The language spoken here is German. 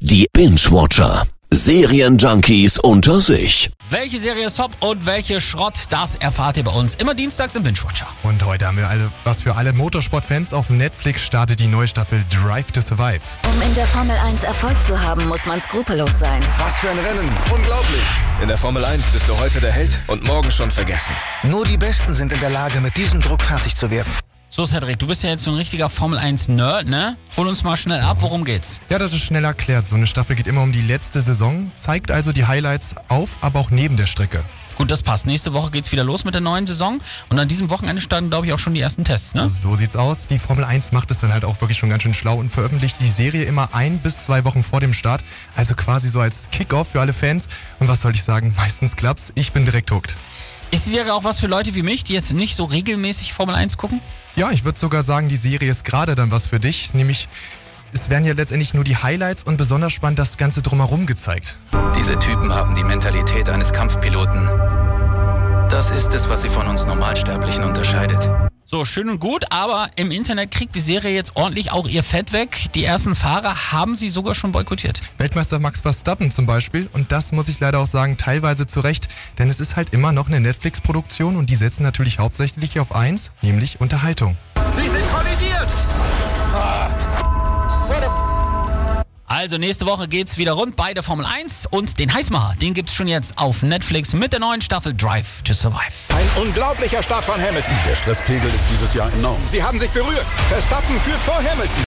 Die Binge-Watcher. Serienjunkies unter sich. Welche Serie ist top und welche Schrott, das erfahrt ihr bei uns immer dienstags im Binge-Watcher. Und heute haben wir alle, was für alle Motorsportfans auf Netflix startet die neue Staffel Drive to Survive. Um in der Formel 1 Erfolg zu haben, muss man skrupellos sein. Was für ein Rennen! Unglaublich! In der Formel 1 bist du heute der Held und morgen schon vergessen. Nur die Besten sind in der Lage, mit diesem Druck fertig zu werden. So, Cedric, du bist ja jetzt so ein richtiger Formel-1-Nerd, ne? Hol uns mal schnell ab, worum geht's? Ja, das ist schnell erklärt. So eine Staffel geht immer um die letzte Saison, zeigt also die Highlights auf, aber auch neben der Strecke. Gut, das passt. Nächste Woche geht's wieder los mit der neuen Saison. Und an diesem Wochenende starten, glaube ich, auch schon die ersten Tests, ne? So sieht's aus. Die Formel 1 macht es dann halt auch wirklich schon ganz schön schlau und veröffentlicht die Serie immer ein bis zwei Wochen vor dem Start. Also quasi so als Kickoff für alle Fans. Und was soll ich sagen? Meistens klappt's. Ich bin direkt hooked. Ist die Serie auch was für Leute wie mich, die jetzt nicht so regelmäßig Formel 1 gucken? Ja, ich würde sogar sagen, die Serie ist gerade dann was für dich. Nämlich, es werden ja letztendlich nur die Highlights und besonders spannend das Ganze drumherum gezeigt. Diese Typen haben die Mentalität eines Kampfpiloten. Das ist es, was sie von uns Normalsterblichen unterscheidet. So, schön und gut, aber im Internet kriegt die Serie jetzt ordentlich auch ihr Fett weg. Die ersten Fahrer haben sie sogar schon boykottiert. Weltmeister Max Verstappen zum Beispiel. Und das muss ich leider auch sagen, teilweise zu Recht. Denn es ist halt immer noch eine Netflix-Produktion und die setzen natürlich hauptsächlich auf eins, nämlich Unterhaltung. Sie sind kollidiert! Also nächste Woche geht's wieder rund bei der Formel 1 und den Heißmacher, den gibt's schon jetzt auf Netflix mit der neuen Staffel Drive to Survive. Ein unglaublicher Start von Hamilton. Der Stresspegel ist dieses Jahr enorm. Sie haben sich berührt. Verstappen führt vor Hamilton.